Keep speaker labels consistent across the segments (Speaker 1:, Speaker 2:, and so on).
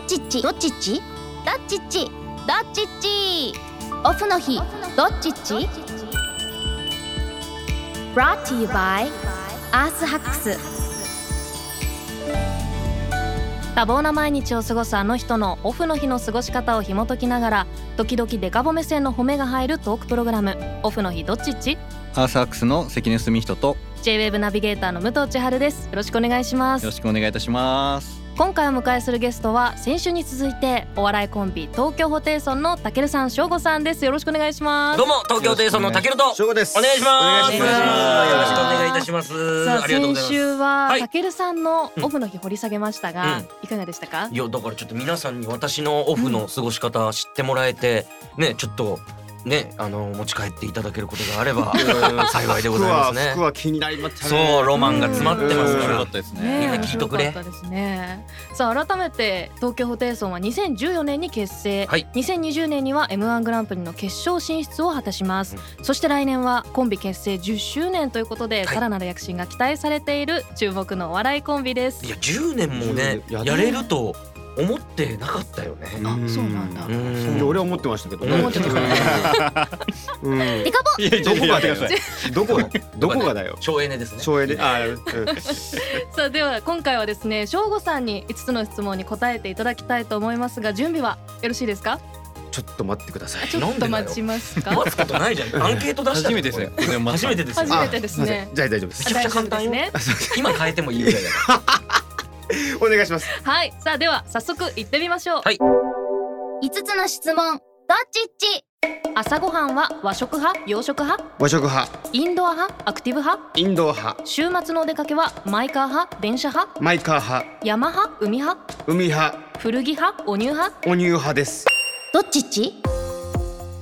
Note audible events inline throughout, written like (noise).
Speaker 1: っちっちどっちっちどっちっちどっちっちオフの日どっちっち Brought to you by アースハックス多忙な毎日を過ごすあの人のオフの日の過ごし方を紐解きながら時々デカボ目線の褒めが入るトークプログラムオフの日どっちっち
Speaker 2: アースハックスの関根澄人と
Speaker 1: J-WAVE ナビゲーターの武藤千春ですよろしくお願いします
Speaker 2: よろしくお願いいたします
Speaker 1: 今回お迎えするゲストは先週に続いてお笑いコンビ東京ホテイソンのたけるさんしょうごさんですよろしくお願いします
Speaker 3: どうも東京テイソンのたけると
Speaker 4: 翔吾です。
Speaker 3: お願いします
Speaker 1: お願いします
Speaker 3: よろしくお願いいたします
Speaker 1: さあ
Speaker 3: ありがとうご
Speaker 1: 先
Speaker 3: ざいます
Speaker 1: 週は
Speaker 3: はい
Speaker 1: たけるさんのオフの日掘り下げましたが、
Speaker 3: うん
Speaker 1: いかがでしたか
Speaker 3: いやだからちょっと皆さんに私のオフの過ごし方知ってもらえて、ねちょっとねあの持ち帰っていただけることがあれば幸いでございます
Speaker 4: 服は服
Speaker 3: ね
Speaker 4: は気になりましたね。
Speaker 3: そうロマンが詰まってます
Speaker 2: よ
Speaker 3: か
Speaker 4: うんよ
Speaker 2: か
Speaker 3: ら
Speaker 2: ったですね
Speaker 1: ねえ
Speaker 3: みんな聞いとくれ
Speaker 1: 面白かったですねさあ改めて東京ホテイソンは2014年に結成、
Speaker 3: はい
Speaker 1: 2020年には m 1グランプリの決勝進出を果たします、
Speaker 3: う
Speaker 1: そして来年はコンビ結成10周年ということで、
Speaker 3: い
Speaker 1: さらなる躍進が期待されている注目のお笑いコンビです
Speaker 3: いや10年もね
Speaker 4: 10年
Speaker 3: やれると思ってなかったよね
Speaker 1: あ
Speaker 4: ん
Speaker 1: そうなんだ
Speaker 3: うん
Speaker 4: いや俺は思ってましたけどね。
Speaker 3: 思ってたからね
Speaker 4: うん。うん
Speaker 1: デカ
Speaker 2: いやい
Speaker 4: ど
Speaker 2: や
Speaker 4: こ
Speaker 2: い
Speaker 4: が
Speaker 2: や
Speaker 4: だよ。ど (laughs) こがどこがだよ。
Speaker 3: 省エネですね
Speaker 4: 省エネあ、うん
Speaker 1: ボさあでは今回はですね翔吾さんに5つの質問に答えていただきたいと思いますが準備はよろしいですか
Speaker 4: ちょっと待ってくだ
Speaker 1: (laughs)
Speaker 4: さい。
Speaker 1: ちょっと待ちます
Speaker 3: (laughs)
Speaker 1: か
Speaker 3: 待つことないじゃんアンケート出した
Speaker 2: 初めてですね
Speaker 3: これ
Speaker 2: これま
Speaker 3: 初
Speaker 2: さか
Speaker 3: めてですよ
Speaker 1: 初めてですね
Speaker 4: あすいませんじゃあ大丈夫で
Speaker 3: め
Speaker 4: す。
Speaker 3: ちゃくちゃ簡単よ
Speaker 1: 大丈夫ですね
Speaker 3: 今変えてもいいぐらいだか
Speaker 4: お願いします。
Speaker 1: はいさあでは早速行ってみましょう
Speaker 3: はい
Speaker 1: 5つの質問どっちっち朝ごはんは和食派洋食派
Speaker 4: 和食派、
Speaker 1: インドア派アクティブ派
Speaker 4: インドア派、
Speaker 1: 週末のお出かけはマイカー派電車派
Speaker 4: マイカー派、
Speaker 1: 山派海派
Speaker 4: 海派、
Speaker 1: 古着派お乳派
Speaker 4: お乳派です。
Speaker 1: どっちっち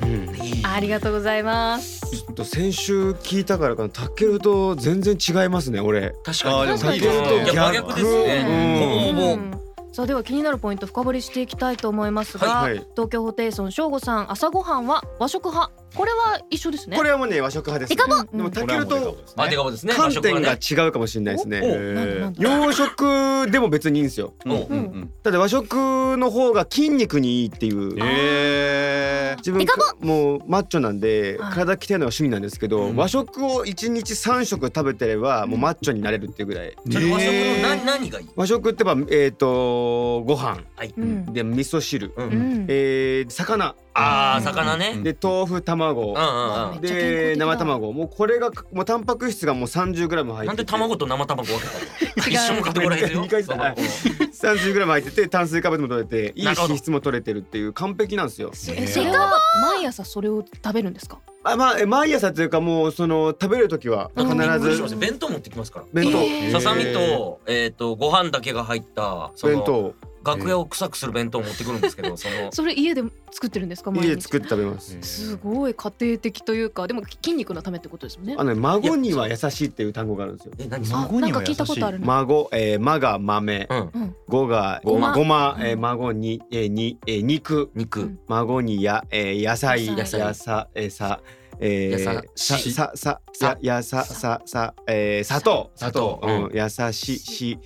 Speaker 4: うん。
Speaker 3: らいい
Speaker 1: ありがとうございます
Speaker 4: ちょっと先週聞いたからかな、タケルと全然違いますね、俺。
Speaker 3: 確
Speaker 2: あ
Speaker 3: か
Speaker 2: ー
Speaker 3: に
Speaker 2: で
Speaker 1: も確かに
Speaker 3: いや真
Speaker 2: 逆
Speaker 3: 逆ですねほ
Speaker 4: うん
Speaker 3: ぼほぼ
Speaker 1: うんさあでは気になるポイント深掘りしていきたいと思いますが、
Speaker 4: はいはい
Speaker 1: 東京ホテイソン翔吾さん朝ごはんは和食派これは一緒ですね
Speaker 4: これはもうね和食派ですね。
Speaker 1: ボ
Speaker 4: でもタケルと
Speaker 3: まあデカボですね。
Speaker 4: 観点が
Speaker 3: 和
Speaker 4: 違うかもしれないですね。
Speaker 3: おお
Speaker 4: え
Speaker 1: なん
Speaker 4: ー
Speaker 1: だ
Speaker 4: 洋食でも別にいいんですよ。
Speaker 2: うんうんう
Speaker 1: うん
Speaker 2: ん
Speaker 4: ただ和食の方が筋肉にいいっていう。
Speaker 2: え
Speaker 4: 自分もうマッチョなんで
Speaker 1: はい
Speaker 4: 体鍛えるのが趣味なんですけど、
Speaker 3: うん
Speaker 4: 和食を1日3食食べてればもうマッチョになれるっていうぐらい
Speaker 3: 食の何
Speaker 2: え
Speaker 3: 何がいい？
Speaker 4: 和食ってばえっ、とご飯
Speaker 3: はい。
Speaker 1: うん
Speaker 4: で味噌汁、
Speaker 3: う。
Speaker 1: うんん
Speaker 4: えー魚
Speaker 3: ああ魚ね。
Speaker 2: うん
Speaker 4: で豆腐卵
Speaker 3: うんうん
Speaker 1: め
Speaker 3: うん。
Speaker 1: っちゃ健康
Speaker 4: で
Speaker 1: 的だ
Speaker 4: 生卵もうこれがもうタンパク質がもう 30g 入っ
Speaker 3: なん
Speaker 4: て
Speaker 3: で
Speaker 4: て
Speaker 3: 卵と生卵分けたの？
Speaker 1: 違う
Speaker 3: 一緒のカテゴライズよ。
Speaker 4: 二回言った30g 入ってて炭水化物も取れていい
Speaker 3: なるほど
Speaker 4: 脂質も取れてるっていう完璧なんですよ。
Speaker 1: えそれは毎朝それを食べるんですか
Speaker 4: あまあえ毎朝というかもうその食べる時は
Speaker 3: そう
Speaker 4: 必
Speaker 3: そうびっくりしまし
Speaker 4: ず
Speaker 3: た弁当持ってきますから。
Speaker 4: 弁当、
Speaker 1: えー
Speaker 3: ささみとえっとご飯だけが入ったそ
Speaker 4: 弁
Speaker 3: の
Speaker 4: 当
Speaker 3: 楽屋を臭くする弁当を持ってくるんですけどその
Speaker 1: それ家で作ってるんですか毎日
Speaker 4: 家で作って食べます。
Speaker 1: すごい家庭的というかでも筋肉のためってことですもんね
Speaker 4: あのね孫には優しいっていう単語があるんですよ。
Speaker 3: え何そ
Speaker 1: あ
Speaker 3: の？
Speaker 2: 孫
Speaker 1: なん
Speaker 2: に
Speaker 1: か
Speaker 2: は優し
Speaker 1: 聞
Speaker 2: い
Speaker 1: いたことあるな、
Speaker 4: 孫、えー、まが豆、
Speaker 3: うん
Speaker 1: うん、
Speaker 4: ごがご
Speaker 1: ごま
Speaker 4: ま、ごま、え
Speaker 1: う
Speaker 4: ー、
Speaker 1: ん
Speaker 4: 孫に、えー、に、えー、肉、
Speaker 3: 肉
Speaker 4: 孫にや、えー、野菜、
Speaker 1: 野
Speaker 3: 菜
Speaker 4: やさ、えー、さ、え
Speaker 3: や
Speaker 4: ー
Speaker 3: さ、
Speaker 4: さ、
Speaker 3: し
Speaker 4: さ、さ、
Speaker 3: さ
Speaker 4: さ、やさ、さ、さ、えー、砂糖、
Speaker 3: 砂糖
Speaker 4: うん、優しい、し、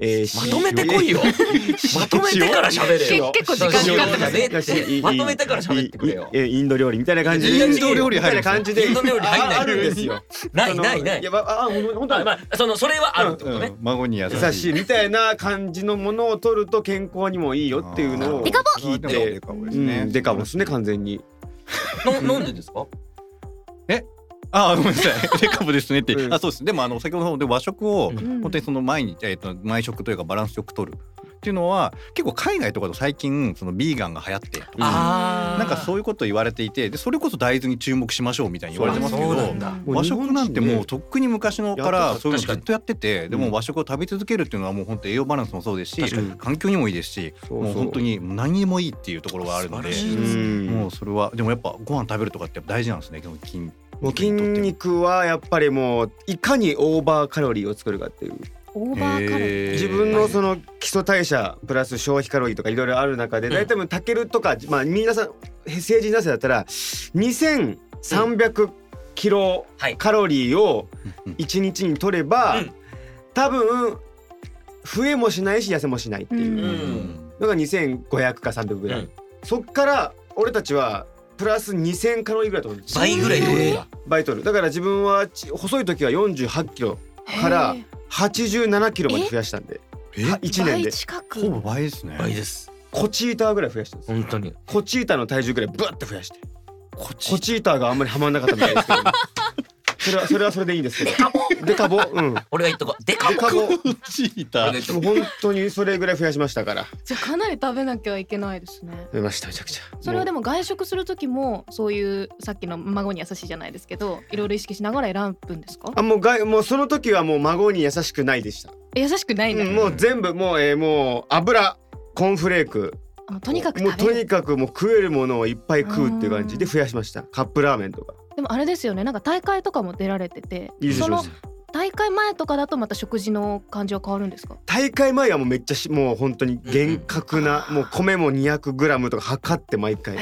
Speaker 4: えー、し
Speaker 3: まとめてこいよ。まとめてから喋れよ。
Speaker 1: 結構時間かかってます
Speaker 3: ねまとめてから喋ってくれよ
Speaker 4: いいいいインド料理みたいな感じで
Speaker 3: インド料理
Speaker 4: みたいな感じで
Speaker 3: インド料理入んない
Speaker 4: ああるんですよ
Speaker 3: ないないない
Speaker 4: や。まああほんとほんと
Speaker 3: まあまあそのそれはあるってこと
Speaker 2: う
Speaker 3: ね。
Speaker 2: ん孫に優
Speaker 4: 優
Speaker 2: し
Speaker 4: しい
Speaker 2: い
Speaker 4: みたいな感じのものを取ると健康にもいいよっていうのを
Speaker 2: デカ
Speaker 4: 聞いて
Speaker 2: カボ
Speaker 4: うんデカボですね完全に
Speaker 3: のなんでですか？
Speaker 2: あーごめんなさいデカボですねって
Speaker 4: うん
Speaker 2: あそうですでもあの先ほどので和食を
Speaker 3: うん
Speaker 2: 本当にその毎日えっと毎食というかバランスよく取るっていうのは結構海外とかだと最近そのビーガンが流行ってとか
Speaker 3: あー
Speaker 2: なんかそういうこと言われていてでそれこそ大豆に注目しましょうみたいに言われてますけ
Speaker 3: そうな
Speaker 2: ど
Speaker 3: んだ
Speaker 4: もう
Speaker 2: 和食なんても
Speaker 4: 日本人ね
Speaker 2: うとっくに昔のか
Speaker 4: やっ
Speaker 2: ら
Speaker 4: てた
Speaker 2: そういうの
Speaker 3: 確か
Speaker 2: ず
Speaker 3: に
Speaker 2: っとやっててで
Speaker 4: う
Speaker 2: も
Speaker 4: ん
Speaker 2: 和食を食べ続けるっていうのはもう本当栄養バランスもそうですし
Speaker 3: 確かに
Speaker 2: 環境にもいいですし
Speaker 4: そうそ
Speaker 2: も
Speaker 4: う
Speaker 2: う本当に何にもいいっていうところがあるので
Speaker 3: 素晴らしい
Speaker 4: うん
Speaker 2: もうそれはでもやっぱご飯食べるとかってやっぱ大事なんですね筋
Speaker 4: もう筋肉はやっぱりもういかにオーバーカロリーを作るかっていう
Speaker 1: オーバーカロリー、
Speaker 2: へー
Speaker 4: 自分のその基礎代謝プラス消費カロリーとかいろいろある中で
Speaker 3: うん
Speaker 4: 大体もうタケルとかまあ皆さん成人男性だったら2300キロ
Speaker 3: はい
Speaker 4: カロリーを
Speaker 2: うん
Speaker 4: 1日に取れば、
Speaker 3: うん
Speaker 4: 多分増えもしないし痩せもしないっていう、
Speaker 1: うん
Speaker 2: うん
Speaker 4: のが2500か300ぐらい、
Speaker 3: うん
Speaker 4: そっから俺たちはプラス2000カロリーぐらい取る
Speaker 3: 倍ぐらい取るんだ。
Speaker 4: 倍取るだから自分はち細い時は48キロから87キロまで増やしたんで
Speaker 2: え
Speaker 4: 1年で
Speaker 1: 倍近
Speaker 2: ほぼ
Speaker 1: く
Speaker 2: 倍ですね。
Speaker 3: 倍です。
Speaker 4: コチーターぐらい増やしたんです
Speaker 3: 本当に。
Speaker 4: コチーターの体重ぐらいブワッて増やして
Speaker 2: こっち
Speaker 4: コチーターがあんまりはまんなかったみたいですけどそれはそれはそれでいいんですけどデカボうんデ
Speaker 3: 俺が言っとこう。でかっ
Speaker 4: カボ
Speaker 2: こっちいた。
Speaker 4: でも本当にそれぐらい増やしましたから
Speaker 5: じゃあかなり食べなきゃいけないですね
Speaker 4: 増えましためちゃくちゃ
Speaker 5: それはで
Speaker 4: も
Speaker 5: も外食する時もそういうさっきの孫に優しいじゃないですけどいろいろ意識しながら選ぶんですか
Speaker 4: うあもうがいもうその時はもう孫に優しくないでした、
Speaker 5: え優しくないね、
Speaker 4: うんもう全部もうえーもう油コーンフレーク
Speaker 5: あもうとにかく
Speaker 4: もう
Speaker 5: 食
Speaker 4: と
Speaker 5: べ
Speaker 4: に
Speaker 5: る
Speaker 4: かくもう食えるものをいっぱい食うっていう感じで
Speaker 5: うん
Speaker 4: 増やしましたカップラーメンとか
Speaker 5: でもあれですよねなんか大会とかも出られてて
Speaker 4: 優勝
Speaker 5: そ
Speaker 4: しま
Speaker 5: の
Speaker 4: した
Speaker 5: 大会前とかだとまた食事の感じは変わるんですか
Speaker 4: 大会前はもうめっちゃしもう本当に厳格な、もう米も 200g とか測って毎回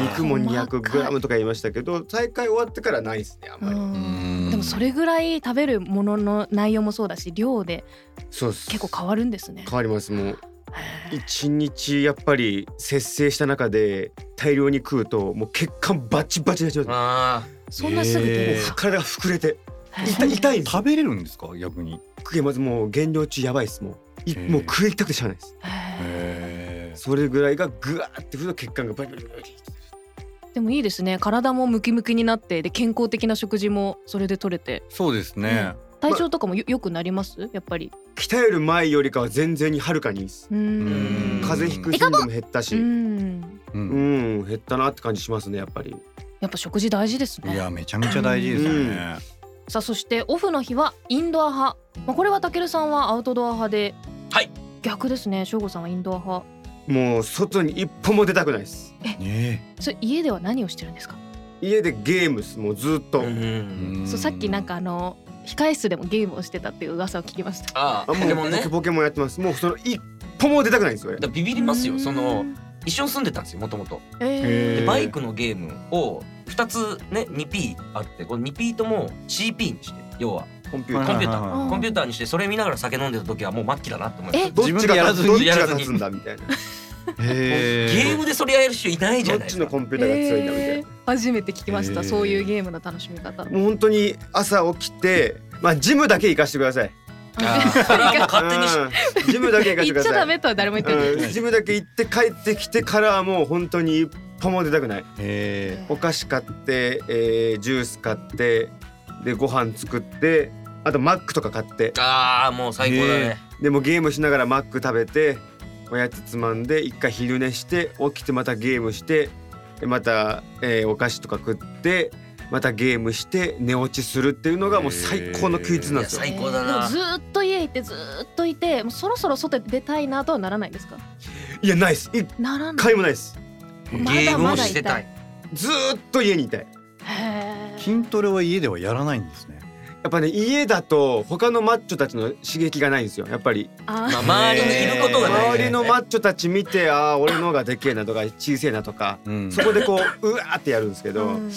Speaker 4: 肉も 200g とか言いましたけど大会終わってからないですねあん
Speaker 5: う
Speaker 4: まり、
Speaker 5: んでもそれぐらい食べるものの内容もそうだし量で
Speaker 4: そうです
Speaker 5: 結構変わるんですね
Speaker 4: 変わりますもう
Speaker 5: へー
Speaker 4: 一日やっぱり節制した中で大量に食うともう血管バチバチになっちゃうも
Speaker 3: あ
Speaker 5: そんなすぐ出る
Speaker 2: へ
Speaker 5: ん
Speaker 4: う
Speaker 5: だ
Speaker 4: 体が膨れて
Speaker 5: へ
Speaker 4: 痛い
Speaker 5: ー
Speaker 4: 痛いんですよ
Speaker 2: 食べれるんですか逆に。
Speaker 4: 食えまずもう減量中やばいですもうい
Speaker 2: へー
Speaker 4: もう食いたくてしゃあないです
Speaker 5: へ
Speaker 2: へー
Speaker 4: それぐらいがぐわーってくると血管がバリバリバリバリ
Speaker 5: ーでもいいですね体もムキムキになってで健康的な食事もそれで取れて
Speaker 2: そうですね。
Speaker 5: 体調とかもよ良くなりますやっぱり
Speaker 4: 鍛える前よりかは全然にはるかにいいです
Speaker 5: うーん
Speaker 2: うん
Speaker 4: 風邪ひく頻度も減った
Speaker 5: う
Speaker 4: し
Speaker 5: ん
Speaker 2: う。
Speaker 4: うんん減ったなって感じしますねやっぱり
Speaker 5: やっぱ食事大事です
Speaker 2: い
Speaker 5: ね
Speaker 2: やめちゃめちゃ大事ですよね。
Speaker 5: さあそしてオフの日はインドア派、まあ、これはたけるさんはアウトドア派で
Speaker 3: はい
Speaker 5: 逆ですね翔吾さんはインドア派
Speaker 4: もう外に一歩も出たくないです
Speaker 2: ね
Speaker 5: それ家では何をしてるんですか、
Speaker 4: 家でゲームっすもうずっ
Speaker 3: あ。
Speaker 4: と、
Speaker 3: うん。
Speaker 5: そうさっきなんかあの控室でもゲームをしてたっていう噂を聞きました
Speaker 3: ああ。
Speaker 4: あも
Speaker 3: でも
Speaker 4: う
Speaker 3: ね。
Speaker 4: 僕ポケモンやってますもうその一歩も出たくないんですよ俺
Speaker 3: だからビビりますよ。そうの
Speaker 5: ん
Speaker 3: 一緒に住んでたんですよ。もともと。
Speaker 5: え
Speaker 2: へ
Speaker 3: で
Speaker 2: ー
Speaker 3: バイクのゲームを2つね 2P あってこの 2P とも CP にして要は
Speaker 4: コンピュ
Speaker 2: は
Speaker 4: ー
Speaker 2: い
Speaker 3: コンピュ
Speaker 4: ター
Speaker 3: ータ
Speaker 2: は
Speaker 5: は
Speaker 2: い
Speaker 5: いは
Speaker 3: ー
Speaker 5: い
Speaker 3: コンピューターにしてそれ見ながら酒飲んでた時はもう末期だなって思いま
Speaker 5: え
Speaker 3: し
Speaker 4: どっち
Speaker 2: 自
Speaker 4: が
Speaker 2: 分でやらずに
Speaker 4: どっち
Speaker 3: やらず
Speaker 4: が
Speaker 3: に
Speaker 4: 勝つんだみたいな
Speaker 2: へ
Speaker 3: たゲームでそれやる人いないじゃ
Speaker 4: ど
Speaker 3: な
Speaker 4: っ
Speaker 3: いで
Speaker 4: ち
Speaker 3: すか
Speaker 4: のコンピューターが強いんだみたい
Speaker 5: えー初めて聞きました、
Speaker 2: へー
Speaker 5: そういうゲームの楽しみ方
Speaker 4: なもう本当に朝起きてまあジムだけ行かしてください
Speaker 3: あーそれはもう勝手にし
Speaker 4: うんジムだけ行かしてく
Speaker 5: 言っ
Speaker 4: だ
Speaker 5: ちゃ
Speaker 4: さ
Speaker 5: ダ
Speaker 4: い
Speaker 5: メとは誰も言ってない、
Speaker 4: うんジムだけ行って帰ってきてからはもう本当に一歩も出たくない
Speaker 2: へ
Speaker 4: お菓子買って、えージュース買ってでご飯作ってあとマックとか買って
Speaker 3: ああもう最高だね
Speaker 4: でもゲームしながらマック食べておやつつまんで一回昼寝して起きてまたゲームしてでまた、えーお菓子とか食ってまたゲームして寝落ちするっていうのがもう最高の休日なんですよ
Speaker 3: いや。最高だな
Speaker 5: でもずーっと家行ってずーっといてもうそろそろ外出たいなとはならないですか
Speaker 4: いやないです一
Speaker 5: ならない
Speaker 4: 回もないです。
Speaker 3: ゲ
Speaker 5: まだまだ
Speaker 3: ームをしてたい
Speaker 4: ずーっと家にいたい。
Speaker 5: へ
Speaker 2: ー
Speaker 5: ー
Speaker 2: 筋トレは家ではやらないんですね。
Speaker 4: やっぱね家だと他のマッチョたちの刺激がないんですよやっぱり
Speaker 5: あ
Speaker 3: ま
Speaker 5: ー
Speaker 3: あ周りにいることがない
Speaker 4: 周りのマッチョたち見てああ俺の方がでけえなとか小せえなとか
Speaker 2: うん
Speaker 4: そこでこううわーってやるんですけど、
Speaker 5: うん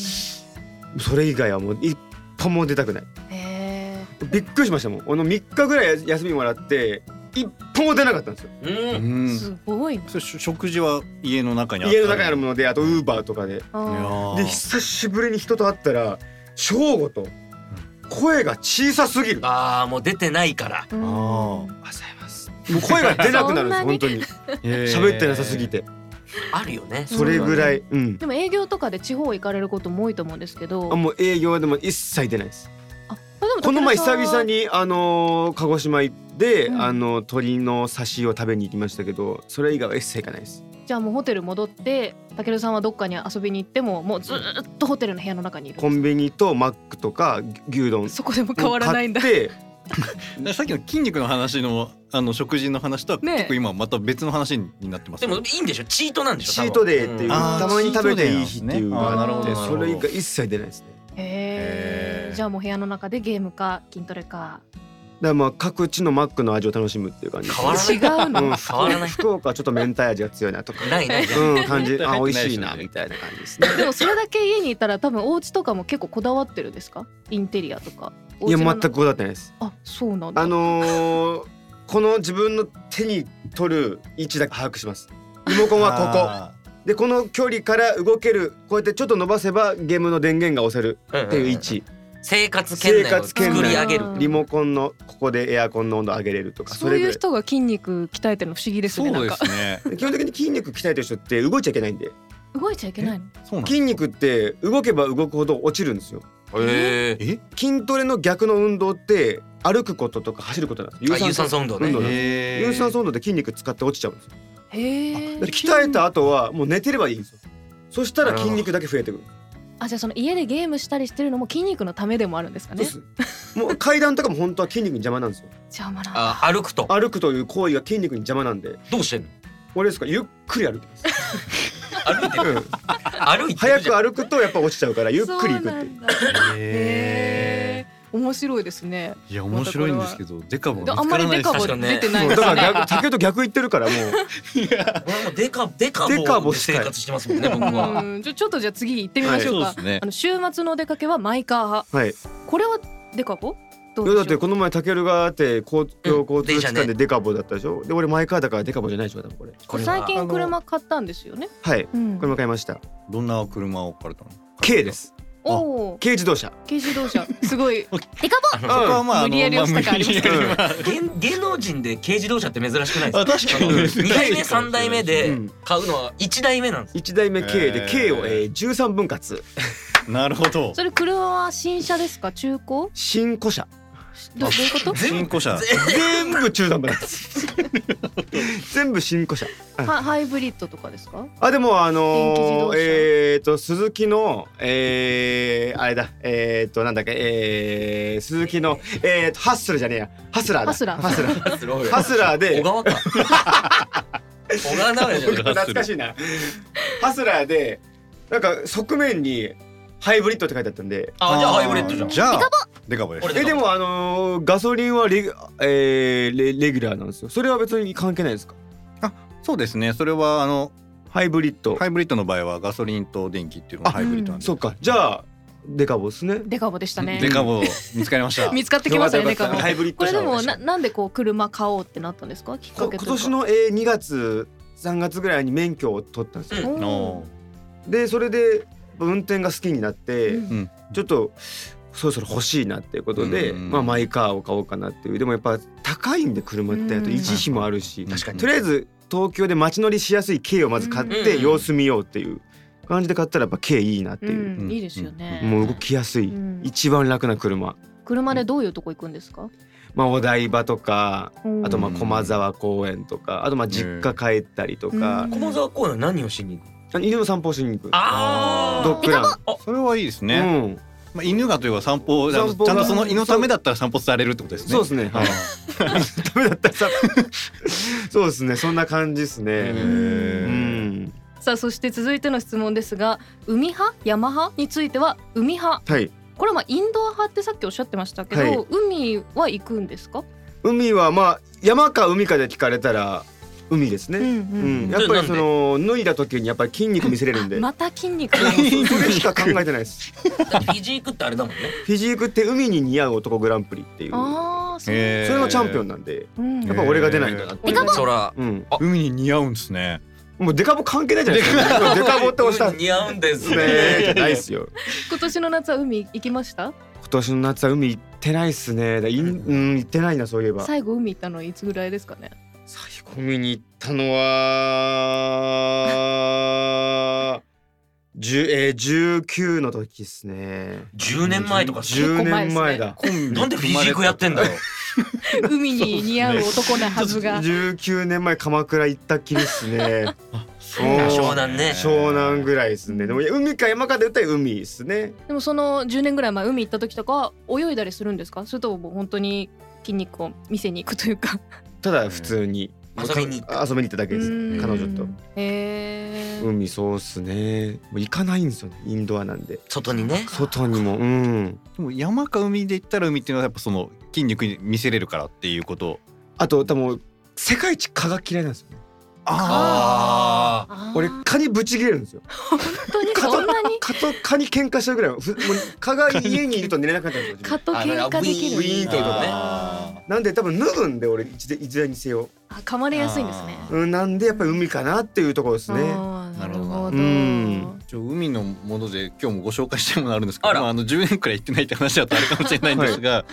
Speaker 4: それ以外はもう一歩も出たくない
Speaker 5: へ
Speaker 4: びっくりしましたもんあの3日ぐらい休みもらって一歩も出なかったんですよ
Speaker 3: う
Speaker 2: うん
Speaker 5: ー
Speaker 2: ん。
Speaker 5: すごいな
Speaker 2: それし食事は家の中に
Speaker 4: 家の中にある
Speaker 2: も
Speaker 4: ものであとウーバーとかで
Speaker 5: あ
Speaker 2: いや
Speaker 5: ー
Speaker 2: ー
Speaker 4: で久しぶりに人と会ったら正吾と声が小さすぎる「
Speaker 3: ああもう出てないから
Speaker 5: うん
Speaker 2: あ (laughs)
Speaker 4: おはようございます」もう声が出なくなるんですよ本当に
Speaker 2: へー
Speaker 4: 喋ってなさすぎて
Speaker 3: あるよね
Speaker 4: それぐらいうん
Speaker 5: でも営業とかで地方行かれることも多いと思うんですけど
Speaker 4: あもう営業でも一切出ないです。
Speaker 5: あでも
Speaker 4: この前
Speaker 5: 武田さ
Speaker 4: 久
Speaker 5: んは
Speaker 4: 々にあのー鹿児島行って、
Speaker 5: うん
Speaker 4: あの鶏の刺しを食べに行きましたけど、それ以外は一切行かないです。
Speaker 5: じゃあもうホテル戻ってたけるさんはどっかに遊びに行ってももうずーっとホテルの部屋の中にいる
Speaker 4: コンビニとマックとか牛牛丼
Speaker 5: そこでも変わらないんだ
Speaker 4: 買って
Speaker 2: だからさっきの筋肉の話のあの食事の話とは
Speaker 5: ねえ
Speaker 2: 結構今また別の話になってます
Speaker 3: で
Speaker 2: ね、
Speaker 3: もいいんでしょチートなんでしょ
Speaker 4: チートデーってい
Speaker 3: 多分
Speaker 4: う、
Speaker 3: ん
Speaker 2: あー
Speaker 4: たまに食べていい日っていうの
Speaker 2: あ
Speaker 5: ーな
Speaker 4: が
Speaker 5: るほど
Speaker 4: あって、
Speaker 5: な
Speaker 2: る
Speaker 4: そ
Speaker 2: ほど
Speaker 4: れ以外一切出ないですね。
Speaker 5: へ
Speaker 2: へ
Speaker 5: え
Speaker 2: ー
Speaker 5: じゃあもう部屋の中でゲームか筋トレか
Speaker 4: だからまあ各地のマックの味を楽しむっていう感じ。
Speaker 3: 変わら
Speaker 5: 違う
Speaker 4: う
Speaker 5: の
Speaker 4: ん、
Speaker 3: 変わらない
Speaker 4: 福岡はちょっと明太味が強いなとか、
Speaker 3: ないないない
Speaker 4: うん、感じ、
Speaker 2: 明太
Speaker 4: あ、
Speaker 2: 入
Speaker 4: 美
Speaker 2: ってない
Speaker 4: 味
Speaker 2: で
Speaker 4: しい
Speaker 2: しょ
Speaker 4: な
Speaker 2: うね
Speaker 4: みたいな感じですね。
Speaker 5: でもそれだけ家にいたら多分お家とかも結構こだわってるんですかインテリアとか
Speaker 4: いや、全
Speaker 5: お家の
Speaker 4: くこだわってないです。
Speaker 5: あそうなんだ
Speaker 4: あのーこの自分の手に取る位置だけ把握しますリモコンはここでこの距離から動けるこうやってちょっと伸ばせばゲームの電源が押せるっていう位置
Speaker 3: 生活圏内を作り上げる
Speaker 5: 生活圏内
Speaker 4: リモコンのここでエアコンの温度上げれるとかそ
Speaker 5: そう
Speaker 4: れぐ
Speaker 5: い
Speaker 4: ら
Speaker 5: う
Speaker 4: い
Speaker 5: 人が筋肉鍛えてるの不思議です
Speaker 2: そ
Speaker 5: ね
Speaker 2: う
Speaker 5: なん
Speaker 2: で
Speaker 5: か
Speaker 2: すね。
Speaker 4: 基本的に筋肉鍛えてる人って動いちゃいけないんで
Speaker 5: 動いちゃいけないの
Speaker 2: そうなんです
Speaker 4: 筋肉って動けば動くほど落ちるんですよ
Speaker 3: へえ
Speaker 2: え
Speaker 4: 筋トレの逆の運動って歩くこととか走ることなんです
Speaker 3: あ有酸素運動ね
Speaker 4: 運動だ
Speaker 2: へー
Speaker 4: 有酸素運動で筋肉使って落ちちゃうんですよ
Speaker 5: へえ
Speaker 4: で鍛えた後はもう寝てればいいんですよそしたら筋肉だけ増えてくる
Speaker 5: あじゃあその家でゲームしたりしてるのも筋肉のためでもあるんですかね
Speaker 4: そうですもう階段とかも本当は筋肉に邪魔なんですよ
Speaker 5: 邪魔な
Speaker 3: あ歩くと
Speaker 4: 歩くという行為が筋肉に邪魔なんで
Speaker 3: どうしてんの
Speaker 4: 俺ですかゆっくり歩いてます、
Speaker 3: 歩いてる
Speaker 4: うん、
Speaker 3: 歩いて
Speaker 4: (laughs) 早
Speaker 3: るじ
Speaker 4: く
Speaker 3: ゃん
Speaker 4: 歩くとやっぱ落ちちゃうからゆっくり行く
Speaker 5: そう
Speaker 4: っ
Speaker 5: な
Speaker 4: ていうん
Speaker 5: だへえ面白いですね
Speaker 2: いや面白いんですけどデカボ
Speaker 5: で
Speaker 2: が
Speaker 5: あ
Speaker 2: 見
Speaker 5: ん
Speaker 2: つ
Speaker 5: ま
Speaker 2: から
Speaker 5: り
Speaker 2: ない
Speaker 5: デ
Speaker 2: で
Speaker 5: カボ出
Speaker 2: すね
Speaker 3: 確かにね
Speaker 5: てない
Speaker 4: もう
Speaker 5: で
Speaker 4: だ
Speaker 5: す
Speaker 4: から
Speaker 5: ね
Speaker 4: 逆先ほど逆言ってるからもう
Speaker 3: 俺はもうデカデカ
Speaker 4: デカ
Speaker 3: ボ
Speaker 4: ボ
Speaker 3: で
Speaker 4: した
Speaker 3: 生
Speaker 4: い
Speaker 3: 活してますもんね僕は
Speaker 5: うんちょちょっとじゃあ次行ってみましょうか、
Speaker 2: はいそうですね
Speaker 5: あの週末のお出かけはマイカー派
Speaker 4: はい
Speaker 5: これはデカボど
Speaker 4: いや
Speaker 5: う
Speaker 4: だっ
Speaker 5: でしてょう
Speaker 4: この前タケルがあって公共交通機
Speaker 3: 電車
Speaker 4: 関
Speaker 3: ね
Speaker 4: でデカボだったでしょ、で俺マイカーだからデカボじゃないでしょ多分これ
Speaker 3: これは
Speaker 5: 最近車買ったんですよね、
Speaker 4: はい
Speaker 5: うん
Speaker 4: これ、も買いました
Speaker 2: どんな車を置かれたの
Speaker 4: K です
Speaker 5: おおー
Speaker 4: 軽自動車
Speaker 5: 軽自動
Speaker 4: (laughs)
Speaker 5: 車すごい
Speaker 3: あの
Speaker 2: そこはまああの
Speaker 5: 無理やり押した感ありますけど
Speaker 2: まあ無理やり
Speaker 3: 芸芸能人で軽自動車って珍しくないですか
Speaker 2: あ確かに
Speaker 3: 2代目3代目
Speaker 4: う
Speaker 3: で
Speaker 4: ん
Speaker 3: 買うのは1代目なんです
Speaker 4: 一代目 K
Speaker 2: え
Speaker 4: で
Speaker 2: ー
Speaker 4: K をえー13分割
Speaker 2: なるほど
Speaker 5: それ車は新車ですか中古ど
Speaker 4: 新古車
Speaker 5: どういうこと
Speaker 2: 新古車
Speaker 4: 全部13分割全部新古車
Speaker 5: ハハイブリッドとかですか
Speaker 4: あでもあの
Speaker 5: 電気自動
Speaker 4: ー、
Speaker 5: 車
Speaker 4: えっ、ー、と鈴木のえー、あれだえっ、ー、となんだっけえー、鈴木のえー、とハッスルじゃねえやハスラーだ
Speaker 5: ハスラー
Speaker 4: ハスラー
Speaker 3: すごい
Speaker 4: ハスラーで
Speaker 3: 小川か (laughs) 小川直哉じゃない
Speaker 2: ラー
Speaker 4: 懐かしいなハスラーでなんか側面にハイブリッドって書いてあったんで
Speaker 3: あじゃあハイブリッドじゃん
Speaker 2: じゃあデカボです
Speaker 3: 俺
Speaker 4: えでもあのー、ガソリンはレ,、えー、レレギュラーなんですよそれは別に関係ないですか
Speaker 2: そうですねそれはあの
Speaker 4: ハイブリッド、
Speaker 2: ハイブリッドの場合はガソリンと電気っていうのが
Speaker 4: あ
Speaker 2: ハイブリッドなんで
Speaker 4: そっかじゃあデカボですね
Speaker 5: デカボでしたね
Speaker 2: デカボ見つかりまし
Speaker 5: (laughs)
Speaker 2: た
Speaker 5: 見つかってきましたねデ
Speaker 4: よか
Speaker 5: カ
Speaker 4: ったよか
Speaker 5: ボ
Speaker 4: ったハイブリッ
Speaker 5: こ
Speaker 4: ド
Speaker 5: れ
Speaker 4: 車
Speaker 5: でもななんでこう車買おうってなったんですかきっか
Speaker 4: こ
Speaker 5: け
Speaker 4: 今
Speaker 5: というか
Speaker 4: 年の、えー、2月3月ぐらいに免許を取ったんですよ、
Speaker 5: おー
Speaker 2: の
Speaker 4: でそれで運転が好きになって、
Speaker 5: うん
Speaker 2: うん
Speaker 4: ちょっとそろそろ欲しいなっていうことで、
Speaker 2: うん
Speaker 4: まあ、マイカーを買おうかなっていうでもやっぱ高いんで車ってあと維持費もあるし、
Speaker 2: うん確かに
Speaker 4: とりあえず東京で街乗りしやすい軽をまず買っ
Speaker 3: う
Speaker 4: て
Speaker 3: ん
Speaker 4: 様子見ようっていう感じで買ったらやっぱ軽いいなって
Speaker 5: う
Speaker 4: いう、
Speaker 5: んいいですよね、
Speaker 4: もう動きやす
Speaker 5: う
Speaker 4: い、
Speaker 5: ん
Speaker 4: 一番楽な車、
Speaker 5: 車でどういうとこ行くんですか、
Speaker 4: まあ、お台場とかあとまあ
Speaker 2: うん
Speaker 4: 駒沢公園とかあとまあ実家帰ったりとか、
Speaker 5: うん
Speaker 3: 駒沢公園は何をしに行く
Speaker 4: あの犬の散歩しに行く
Speaker 3: あ
Speaker 4: ドッグラン、
Speaker 2: それはいいです
Speaker 4: う
Speaker 2: ね、
Speaker 4: ん、
Speaker 2: まあ、犬がというか散歩あの
Speaker 4: 散歩
Speaker 2: ちゃ
Speaker 4: が
Speaker 2: んとその犬のためだったら散歩されるってことですね
Speaker 4: そうですねはい (laughs) ダメだったらさ (laughs) そうですねそんな感じです
Speaker 2: へ
Speaker 4: ね、う
Speaker 2: ー
Speaker 4: ん、
Speaker 5: さあそして続いての質問ですが海派山派については海派
Speaker 4: はい
Speaker 5: これはまあインドア派ってさっきおっしゃってましたけど、
Speaker 4: はい
Speaker 5: 海は行くんですか、
Speaker 4: 海はまあ山か海かで聞かれたら海ですね、
Speaker 5: う
Speaker 4: うん
Speaker 5: ん
Speaker 4: やっぱりその脱いだ時にやっぱり筋肉見せれるんで、
Speaker 5: また筋肉が
Speaker 4: (laughs) それしか考えてないです
Speaker 3: あフィジークってあれだもんね
Speaker 4: フィジークって海に似合う男グランプリっていうそ
Speaker 5: ああそう、
Speaker 2: へー
Speaker 4: れのチャンピオンなんで
Speaker 5: うん
Speaker 4: やっぱ俺が出ないんだなって
Speaker 5: デカボ
Speaker 3: そら
Speaker 4: うん、
Speaker 2: 海に似合うんですね
Speaker 4: もうデカボ関係ないじゃないですかデカボって押したんで
Speaker 3: 似合うんですす
Speaker 4: ね
Speaker 3: ね
Speaker 4: じゃないっすよ
Speaker 5: 今年の夏は海行きました
Speaker 4: 今年の夏は海行ってないっすねだいんうん行ってないなそういえば
Speaker 5: 最後海行ったのいつぐらいですかね
Speaker 4: 最後見に行ったのは10えー、19の時ですね
Speaker 3: 10年前とか
Speaker 4: 10年前だ
Speaker 3: なんでフィジークやってんだろう
Speaker 5: 海に似合う男なはずが、
Speaker 4: 19年前鎌倉行ったっきりです (laughs) ねそう
Speaker 3: 湘南ね
Speaker 4: 湘南ぐらいですねでもいや海か山かで言ったら海ですね
Speaker 5: でもその10年ぐらい前海行った時とかは泳いだりするんですかそれとも本当に筋肉を見せに行くというか
Speaker 4: ただ普通に
Speaker 3: 遊びに行
Speaker 4: 遊びに行っただけです
Speaker 5: うん
Speaker 4: 彼女と
Speaker 5: へえ
Speaker 4: 海そうっすねもう行かないんですよねインドアなんで
Speaker 3: 外にね
Speaker 4: 外にもうん
Speaker 2: でも山か海で言ったら海っていうのはやっぱその筋肉に見せれるからっていうこと
Speaker 4: あと多分世界一蚊が嫌いなんですよね
Speaker 3: あ
Speaker 4: 俺蚊にぶち切れるんですよ
Speaker 5: 本当にそんなに
Speaker 4: 蚊と蚊に喧嘩したぐらいふもう蚊が家にいると寝れなくなっちゃうんですよ
Speaker 5: 蚊と喧嘩できる
Speaker 4: ウィーンって音が
Speaker 5: あ
Speaker 4: なんで多分脱ぐんで俺一度一度にせよ、
Speaker 5: あ噛まれやすいんですね。
Speaker 4: うん、なんでやっぱり海かなっていうところですね
Speaker 5: あーなるほど。
Speaker 4: うん
Speaker 2: ちょ海のもので今日もご紹介したいものあるんですけ
Speaker 3: あ
Speaker 2: ど
Speaker 3: ら
Speaker 2: まあ、あの10年くらい行ってないって話だとあれかもしれないんですが、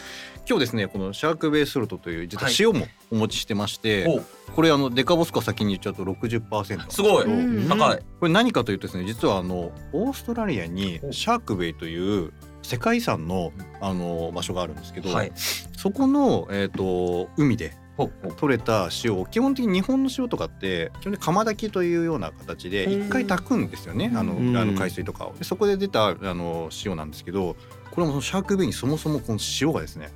Speaker 2: 今日ですねこのシャークベイソルトという実は
Speaker 3: はい
Speaker 2: 塩もお持ちしてまして、
Speaker 3: お
Speaker 2: これあのデカボスコ先に言っちゃうと60%
Speaker 3: すごい
Speaker 5: うん
Speaker 3: 高い
Speaker 2: これ何かというとですね実はあのオーストラリアにシャークベイという世界遺産のあの場所があるんですけど、
Speaker 3: はい
Speaker 2: そこの、えー、と海で
Speaker 3: ほうほう
Speaker 2: 取れた塩を基本的に日本の塩とかって基本的に釜炊きというような形で
Speaker 4: うん
Speaker 2: 一回炊くんですよね、あの
Speaker 4: うん
Speaker 2: あの海水とかをでそこで出たあの塩なんですけどこれもそのシャークベイにそもそもこの塩がですね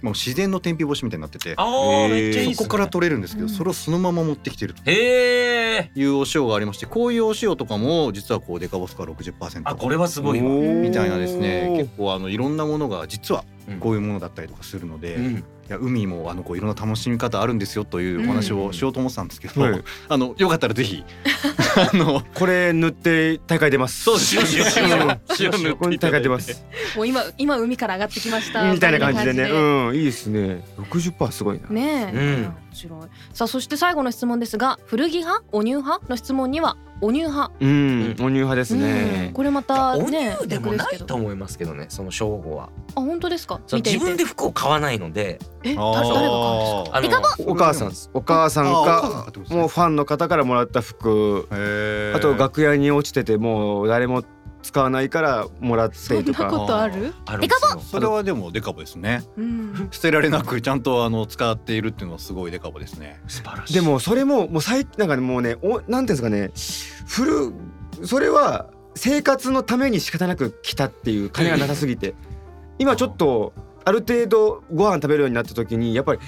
Speaker 2: もう自然の天日干しみたいになってて
Speaker 3: あ
Speaker 4: へ
Speaker 3: ー
Speaker 4: ー
Speaker 3: めっちゃいいっす
Speaker 2: そ
Speaker 3: ね
Speaker 2: こから取れるんですけど、
Speaker 5: うん
Speaker 2: それをそのまま持ってきてると
Speaker 3: へえ
Speaker 2: いうお塩がありましてこういうお塩とかも実はこうデカボスコは60%
Speaker 3: あこれはすごいわ
Speaker 4: おー
Speaker 2: みたいなですね結構あのいろんなものが実は
Speaker 3: うん
Speaker 2: こういうものだったりとかするので、
Speaker 3: う
Speaker 2: い
Speaker 3: ん
Speaker 2: や海もあのこういろんな楽しみ方あるんですよというお話をしようと思ってたんですけど、
Speaker 4: うんはい
Speaker 2: あのよかったらぜひあの
Speaker 4: これ塗って大会出ます
Speaker 2: そうです塩
Speaker 4: うん
Speaker 2: 塩塩塗っていただいて
Speaker 4: ここに大会出 (laughs) ます
Speaker 5: もう今今海から上がってきました
Speaker 4: みたいな感じでね
Speaker 5: みたいな感
Speaker 4: うんいいですね60%すごいな、
Speaker 5: じでねえ、
Speaker 3: うん
Speaker 5: 面白い。さあそして最後の質問ですが、古着派、お乳派の質問にはお乳派。
Speaker 4: うんお乳派です
Speaker 5: うん
Speaker 4: ね、
Speaker 5: これまた
Speaker 3: お
Speaker 5: ね、
Speaker 3: 乳でもな
Speaker 5: 逆
Speaker 3: い
Speaker 5: すけ
Speaker 3: と
Speaker 5: どあ
Speaker 3: 思いますけどねその称号は
Speaker 5: 本当ですか。
Speaker 3: その
Speaker 5: 見て
Speaker 3: 自
Speaker 5: み
Speaker 3: 分
Speaker 5: て。
Speaker 3: で服を買わないので
Speaker 5: え、た
Speaker 2: あー
Speaker 5: 誰が買うんですか。
Speaker 3: あの
Speaker 4: お母さんですお母さん
Speaker 2: あ
Speaker 4: か
Speaker 2: お母さんかってことですね
Speaker 4: もうファンの方からもらった服
Speaker 2: へー
Speaker 4: あと楽屋に落ちててもう誰も使わないからもらっ
Speaker 5: そ
Speaker 4: て
Speaker 5: ん
Speaker 4: と
Speaker 5: な
Speaker 4: か
Speaker 5: ことある？
Speaker 3: あるんですよ
Speaker 2: それはでもデカボですね
Speaker 5: うん。
Speaker 2: 捨てられなくちゃんとあの使っているっていうのはすごいデカボですね
Speaker 3: 素晴らしい
Speaker 4: でもそれももう最なんかねもうねおなんていうんですかね古それは生活のために仕方なく来たっていう金がなさすぎて今ちょっとある程度ご飯食べるようになった時にやっぱり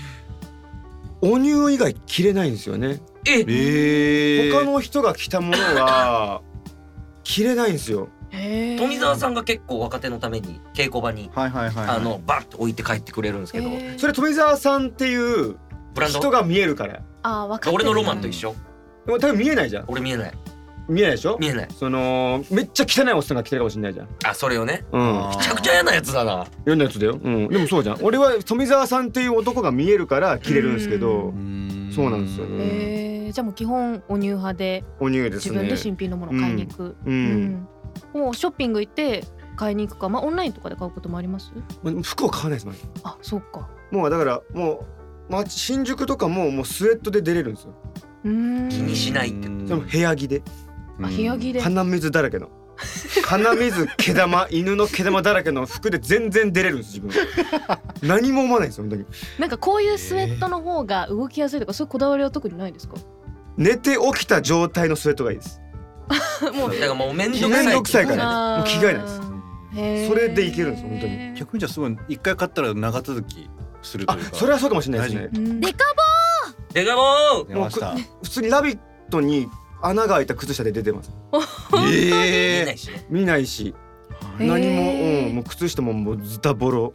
Speaker 4: お乳以外着れないんですよね
Speaker 3: え
Speaker 2: え
Speaker 4: 他の人が着たものは着れないんですよ
Speaker 5: へえ。
Speaker 3: 富澤さんが結構若手のために稽古場に
Speaker 2: はいはいはいはい
Speaker 3: あのバッと置いて帰ってくれるんですけど
Speaker 5: へえ
Speaker 4: それ富澤さんっていう
Speaker 3: ブランド
Speaker 4: 人が見えるから
Speaker 5: あー、わかって
Speaker 3: 俺
Speaker 5: る
Speaker 3: のロマンと一緒
Speaker 4: でも多分見えないじゃん
Speaker 3: 俺見えない
Speaker 4: 見えないでしょ
Speaker 3: 見えない
Speaker 4: そのめっちゃ汚いおっさんが着てるかもしれないじゃん
Speaker 3: あそれをね
Speaker 4: うん
Speaker 2: あー
Speaker 3: めちゃくちゃ嫌なやつだな
Speaker 4: 嫌なやつだよ、うん、でもそうじゃん俺は富澤さんっていう男が見えるから着れるんですけど
Speaker 2: うーん
Speaker 4: そうなんですよね
Speaker 5: へえ。じゃあもう基本お乳派で
Speaker 4: お乳で
Speaker 5: 自
Speaker 4: す
Speaker 5: 分で
Speaker 4: ね
Speaker 5: 新品のものを買いに行く。
Speaker 4: う、
Speaker 5: うんん。もうショッピング行って買いに行くか、まあオンラインとかで買うこともあります。
Speaker 4: 服を買わないですまず
Speaker 5: あ、そうか。
Speaker 4: もうだからもう、まあ、新宿とかももうスウェットで出れるんですよ
Speaker 5: うーん。
Speaker 3: 気にしないって
Speaker 2: うん
Speaker 4: でも部屋着で
Speaker 5: あ、部屋着で。
Speaker 4: 鼻水だらけの鼻水毛玉犬の毛玉だらけの服で全然出れるんです自分
Speaker 5: (laughs)
Speaker 4: は何も思わないんですよ本当に
Speaker 5: なんかこういうスウェットの方が動きやすいとか、そういうこだわりは特にないですか。
Speaker 4: 寝て起きた状態のスウェットがいいです
Speaker 5: (laughs) もう
Speaker 3: だからもう面
Speaker 4: 面
Speaker 3: 倒くさい
Speaker 4: 倒くさいからね
Speaker 5: あー
Speaker 4: もう着替えないです
Speaker 5: へえ
Speaker 4: それでいけるんです本当に
Speaker 2: 逆にじゃあすごい一回買ったら長続きすると
Speaker 4: あ
Speaker 2: いうか
Speaker 4: それはそうかもしれないですね
Speaker 5: うん
Speaker 1: で
Speaker 3: でかも
Speaker 2: 出ました
Speaker 4: 普通に「ラビット!」に穴が開いた靴下で出てます
Speaker 3: 見
Speaker 2: え
Speaker 3: えな
Speaker 2: え
Speaker 3: いしね
Speaker 4: 見ないし
Speaker 5: へー
Speaker 4: 何も、うん、もう靴下ももうズタボロ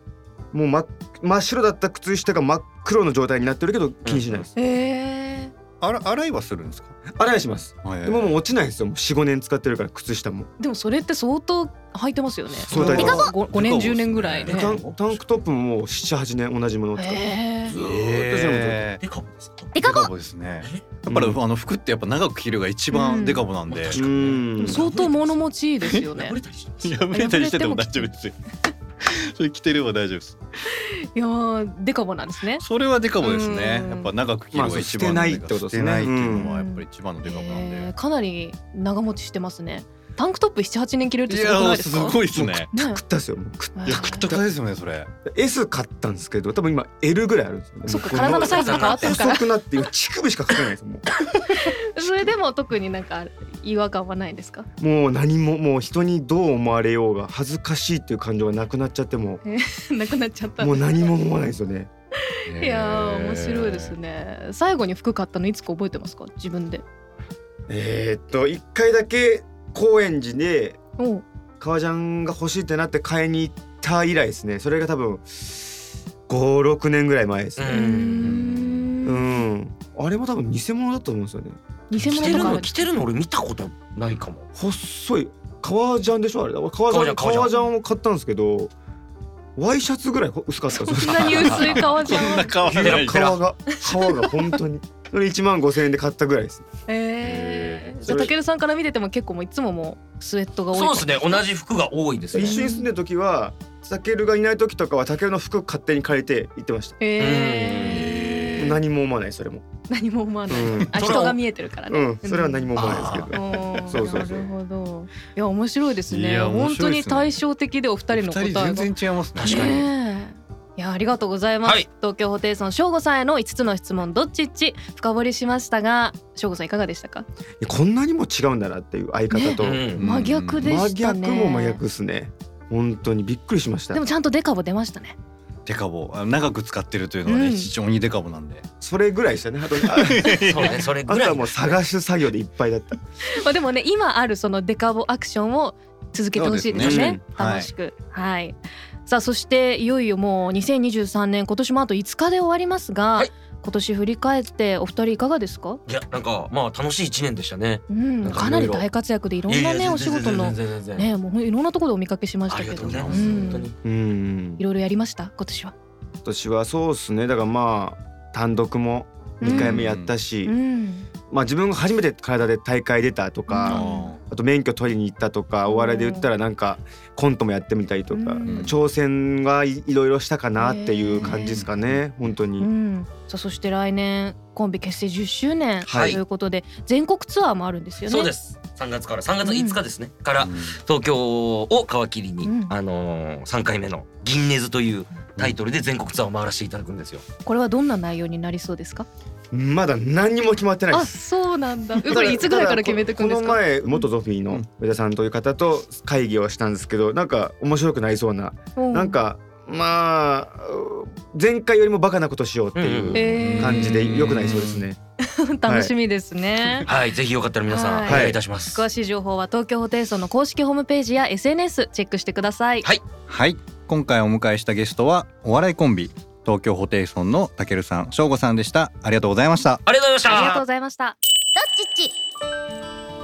Speaker 4: もう、ま、真っ白だった靴下が真っ黒の状態になってるけど気にしないです、
Speaker 5: へえ
Speaker 2: あら洗いはするんですか
Speaker 4: 洗いします
Speaker 2: はい
Speaker 4: でももう落ちないんですよもう45年使ってるから靴下も
Speaker 5: でもそれって相当履いてますよね
Speaker 4: そうだよ
Speaker 5: 5, 年10年ぐらいね
Speaker 4: タンタンクトップももう78年同じものを使って、
Speaker 5: へえ
Speaker 4: ずーっとそれ
Speaker 2: え
Speaker 3: でかもですか
Speaker 2: デカボですねやっぱり、
Speaker 4: うん
Speaker 2: あの服ってやっぱ長く着るが一番デカボなんで、
Speaker 3: う
Speaker 4: も
Speaker 3: ん
Speaker 4: う
Speaker 5: でも
Speaker 4: ん
Speaker 5: 相当物持ちいいですよね
Speaker 3: (laughs) 破れたりします
Speaker 2: 破れたりしてても大丈夫ですよそれ着てれば大丈夫です
Speaker 5: いやーデカボなんですね
Speaker 2: それはデカボですね
Speaker 5: うん
Speaker 2: やっぱ長く着るが一番
Speaker 4: まあそう捨てないってことですね
Speaker 2: 捨てないっていうのはやっぱり一番のデカボなんで、
Speaker 5: へえかなり長持ちしてますねタンクトップ78年着れるってす
Speaker 2: い
Speaker 5: ごくな
Speaker 2: や
Speaker 5: いです
Speaker 2: す
Speaker 5: か
Speaker 2: ごいですね
Speaker 5: ね
Speaker 4: 食ったんですよもう食っ
Speaker 5: うん
Speaker 2: いやくったかいですよねそれ
Speaker 4: S 買ったんですけど多分今 L ぐらいあるんですよね
Speaker 5: そっか
Speaker 4: もう
Speaker 5: 体のサイズが変わってるから
Speaker 4: 細くなって今乳首しか書かないですも
Speaker 5: それでも特になんか違和感はないんですか (laughs)
Speaker 4: うもう何ももう人にどう思われようが恥ずかしいっていう感情がなくなっちゃっても
Speaker 5: なくなっちゃった
Speaker 4: もう何も思わないですよね
Speaker 5: いやー面白いですね最後に服買ったのいつか覚えてますか自分で
Speaker 4: えーっと一回だけ高円寺で
Speaker 5: おう
Speaker 4: 革ジャンが欲しいってなって買いに行った以来ですねそれが多分56年ぐらい前です
Speaker 3: う
Speaker 4: ね
Speaker 3: ん
Speaker 4: うん、あれも多分偽物だと思うんですよね
Speaker 5: 偽
Speaker 3: 着
Speaker 5: 物
Speaker 3: てる
Speaker 5: とかあ
Speaker 3: の
Speaker 5: る
Speaker 3: 着てるの俺見たことないかも
Speaker 4: 細い革ジャンでしょあれ革ジャン
Speaker 3: 革ジャ
Speaker 4: 革
Speaker 3: ン革ジャン
Speaker 4: ジャンを買ったんですけどワイシャツぐらい薄かったんです
Speaker 5: そ
Speaker 4: よ
Speaker 5: んなに薄い革じゃん。
Speaker 2: 顔
Speaker 3: じゃない
Speaker 4: 皮が皮が本当に (laughs) それ1万5千円で買ったぐらいです
Speaker 5: ええ
Speaker 2: へー
Speaker 5: じゃあたけるさんから見てても結構もういつももうスウェットが多い
Speaker 3: そうですね同じ服が多いです
Speaker 4: 一
Speaker 3: ね
Speaker 4: 緒に住んでる時はタケルがいない時とかはタケルの服勝手に借りて行ってました
Speaker 5: ええ
Speaker 4: 何も思わないそれも
Speaker 5: 何も思わない、
Speaker 4: うん
Speaker 5: あ
Speaker 3: それは
Speaker 5: 人が見えてるから
Speaker 4: う
Speaker 5: ね、
Speaker 4: んそれは何も思わないですけどね
Speaker 5: おー
Speaker 4: そうそうそう
Speaker 5: なるほどいや面白いですね
Speaker 2: いや面
Speaker 5: 本当
Speaker 2: 白いで
Speaker 5: に
Speaker 2: すね
Speaker 5: 対照的でお二人の答え
Speaker 2: 二
Speaker 5: が
Speaker 2: 人全然違いますね
Speaker 3: 確かに
Speaker 5: ねえいやありがとうございます、
Speaker 3: はい
Speaker 5: 東京ホテイソン翔吾さんへの5つの質問どっちっち深掘りしましたが翔吾さんいかがでしたか
Speaker 4: いやこんなにも違うんだなっていう相方と
Speaker 3: う
Speaker 2: うんん
Speaker 5: 真逆で
Speaker 4: 真
Speaker 5: した
Speaker 4: 逆
Speaker 5: ね
Speaker 4: も真逆ですね本当にびっくりしました
Speaker 5: でもちゃんとデカボ出ましたね
Speaker 2: デカボあ長く使ってるというのは
Speaker 5: う
Speaker 2: ね
Speaker 5: ん
Speaker 2: 非常にデカボなんで
Speaker 4: それぐらいでしたねあと
Speaker 3: そうねそれ
Speaker 4: あ
Speaker 3: ぐ
Speaker 4: と
Speaker 3: ら
Speaker 4: はいもう探す作業でいっぱいだった
Speaker 5: (laughs) まあでもね今あるそのデカボアクションを続けてほしいです
Speaker 4: そうです
Speaker 5: ね
Speaker 4: ね
Speaker 2: うん
Speaker 5: 楽しくはい、さあそしていよいよもう2023年今年もあと5日で終わりますが、
Speaker 3: はい
Speaker 5: 今年振り返ってお二人いかがですか、
Speaker 3: いやなんかまあ楽しい一年でしたね
Speaker 5: うん、
Speaker 3: なんか
Speaker 5: かなり
Speaker 3: いろいろ
Speaker 5: 大活躍でいろん
Speaker 3: い
Speaker 5: な
Speaker 3: やい
Speaker 5: ね
Speaker 3: や
Speaker 5: お仕事の
Speaker 3: 全然全然全然
Speaker 5: ねもういろんなところでお見かけしまし
Speaker 3: あ
Speaker 5: た
Speaker 3: り
Speaker 5: け
Speaker 3: がとう
Speaker 5: ど
Speaker 3: ご
Speaker 5: ね
Speaker 3: ざいます、
Speaker 5: うん
Speaker 3: 本当に
Speaker 4: うん
Speaker 5: いろいろやりました今年は
Speaker 4: 今年はそうですねだからまあ単独も2回目やったし、
Speaker 5: うん
Speaker 4: まあ自分が初めて体で大会出たと
Speaker 5: うん
Speaker 4: か、
Speaker 2: あ
Speaker 4: あと免許取りに行ったとかお笑いで言ったらなんかコントもやってみたりとか、
Speaker 5: うん
Speaker 4: 挑戦がいいろいろしたかなっていう感じですかね本当
Speaker 5: う
Speaker 4: に、
Speaker 5: ん、さあそして来年コンビ結成10周年と
Speaker 3: はい
Speaker 5: いうことで、全国ツアーもあるんですよね
Speaker 3: そうです3月から3月5日ですね、から東京を皮切りに、
Speaker 5: うん
Speaker 3: あのー、3回目の「銀ネズ」というタイトルで全国ツアーを回らせていただくんですよ。
Speaker 5: これはどんな内容になりそうですか
Speaker 4: まだ何にも決まってない
Speaker 5: あ
Speaker 4: です
Speaker 5: そうなん
Speaker 4: (laughs)
Speaker 5: だ。え
Speaker 4: ただ
Speaker 5: これいつぐらいから決めてくんです
Speaker 4: ただこ
Speaker 5: か。
Speaker 4: の前元ゾフィーの上田さんという方と会議をしたんですけどなんか面白くなりそうな、
Speaker 5: う
Speaker 4: なん。かまあ前回よりもバカなことしようっていう
Speaker 5: えー
Speaker 4: 感じで良くなりそうですね、
Speaker 5: 楽しみです
Speaker 3: (laughs)
Speaker 5: ね。
Speaker 3: はい、ぜひよかったら皆さん
Speaker 5: は
Speaker 3: お
Speaker 5: い
Speaker 3: 願いいたします。
Speaker 5: 詳しい情報は東京ホテイソンの公式ホームページや SNS チェックしてください。
Speaker 3: はい
Speaker 2: はい今回お迎えしたゲストはお笑いコンビ東京ホテイソンのたけるさんしょうごさんでしたありがとうございました
Speaker 3: ありがとうござい
Speaker 5: あり
Speaker 3: ま
Speaker 5: がとう
Speaker 3: した
Speaker 5: ご。ざいました。
Speaker 6: ちっち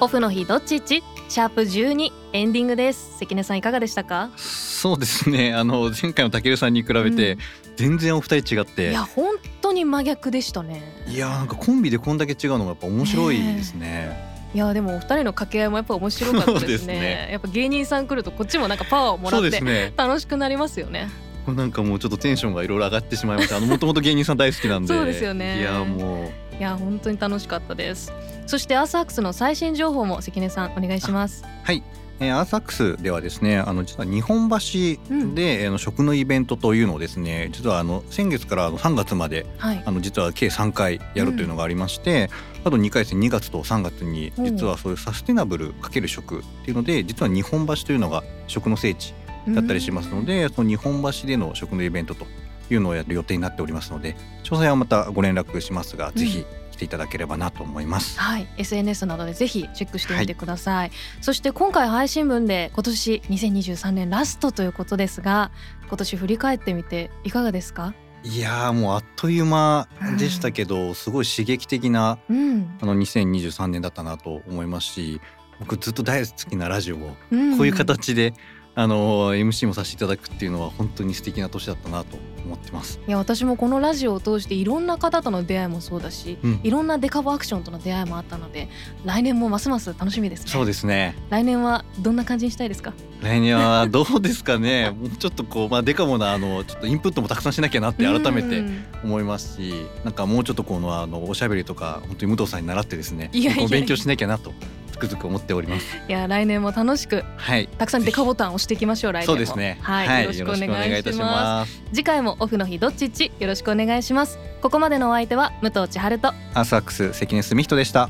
Speaker 5: オフの日どっちっちシャープ12エンディングです。関根さんいかがでしたか。
Speaker 2: そうですねあの前回のたけるさんに比べて全然お二人違っ
Speaker 5: い
Speaker 2: て
Speaker 5: や本当に真逆でしたね。
Speaker 2: いやーなんかコンビでこんだけ違うのがやっぱ面白いですね
Speaker 5: いやでもお二人の掛け合いもやっぱ面白かったです
Speaker 2: そ
Speaker 5: ね。
Speaker 2: うですね
Speaker 5: やっぱ芸人さん来るとこっちもなんかパワーをもら
Speaker 2: そう
Speaker 5: っ
Speaker 2: です
Speaker 5: て。
Speaker 2: ね
Speaker 5: 楽しくなりますよね。
Speaker 2: これなんかもうちょっとテンションがいろいろ上がってしま
Speaker 5: (laughs)
Speaker 2: いましたあのもともと芸人さん大好きなんで
Speaker 5: そうですよね
Speaker 2: いやーもう
Speaker 5: いや本当に楽しかったです。そしてアースハックスの最新情報も関根さんお願いします。
Speaker 2: はい、えー、アーサックスではですねあの実は日本橋で、あの食のイベントというのをですね実はあの先月からあの3月まで
Speaker 5: はい。
Speaker 2: あの実は計3回やるというのがありまして、あと2回戦2月と3月に
Speaker 5: うん
Speaker 2: 実はそういうサステナブル×食っていうので実は日本橋というのが食の聖地だったりしますので、その日本橋での食のイベントというのをやる予定になっておりますので詳細はまたご連絡しますが、ぜ
Speaker 5: う
Speaker 2: ひ
Speaker 5: ん
Speaker 2: 来ていただければなと思います。
Speaker 5: はい、SNS などでぜひチェックしてみてください、そして今回配信分で今年2023年ラストということですが今年振り返ってみていかがですか
Speaker 2: いやーもうあっという間でしたけど、すごい刺激的な
Speaker 5: うん、
Speaker 2: あの2023年だったなと思いますし僕ずっと大好きなラジオを
Speaker 5: うん
Speaker 2: こういう形で、あの MC もさせていただくっていうのは本当に素敵な年だったなと思ってます。
Speaker 5: いや私もこのラジオを通していろんな方との出会いもそうだし
Speaker 2: うん
Speaker 5: いろんなデカボアクションとの出会いもあったので来年もますます楽しみですね
Speaker 2: そうですね
Speaker 5: 来年はどんな感じにしたいですか
Speaker 2: 来年はどうですかね (laughs) もうちょっとこう、まあ、デカモなあのちょっとインプットもたくさんしなきゃなって改め
Speaker 5: う
Speaker 2: て
Speaker 5: ん
Speaker 2: 思いますし、なんかもうちょっとこのあのおしゃべりとか本当に武藤さんに習ってですね
Speaker 5: いやいや
Speaker 2: 僕も勉強しなきゃなとつくづく思っております。
Speaker 5: いや来年も楽しく
Speaker 2: はい
Speaker 5: たくさんデカボタンを押していきましょう来年も
Speaker 2: そうですね、
Speaker 5: はい、よろしくお願いします
Speaker 2: す。
Speaker 5: 次回もオフの日どっちっちよろしくお願いしますここまでのお相手は武藤千春と
Speaker 2: アーサックス関根澄人でした。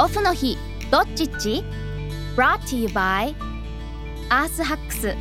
Speaker 6: オフの日どっちっち Brought to you by アースハックス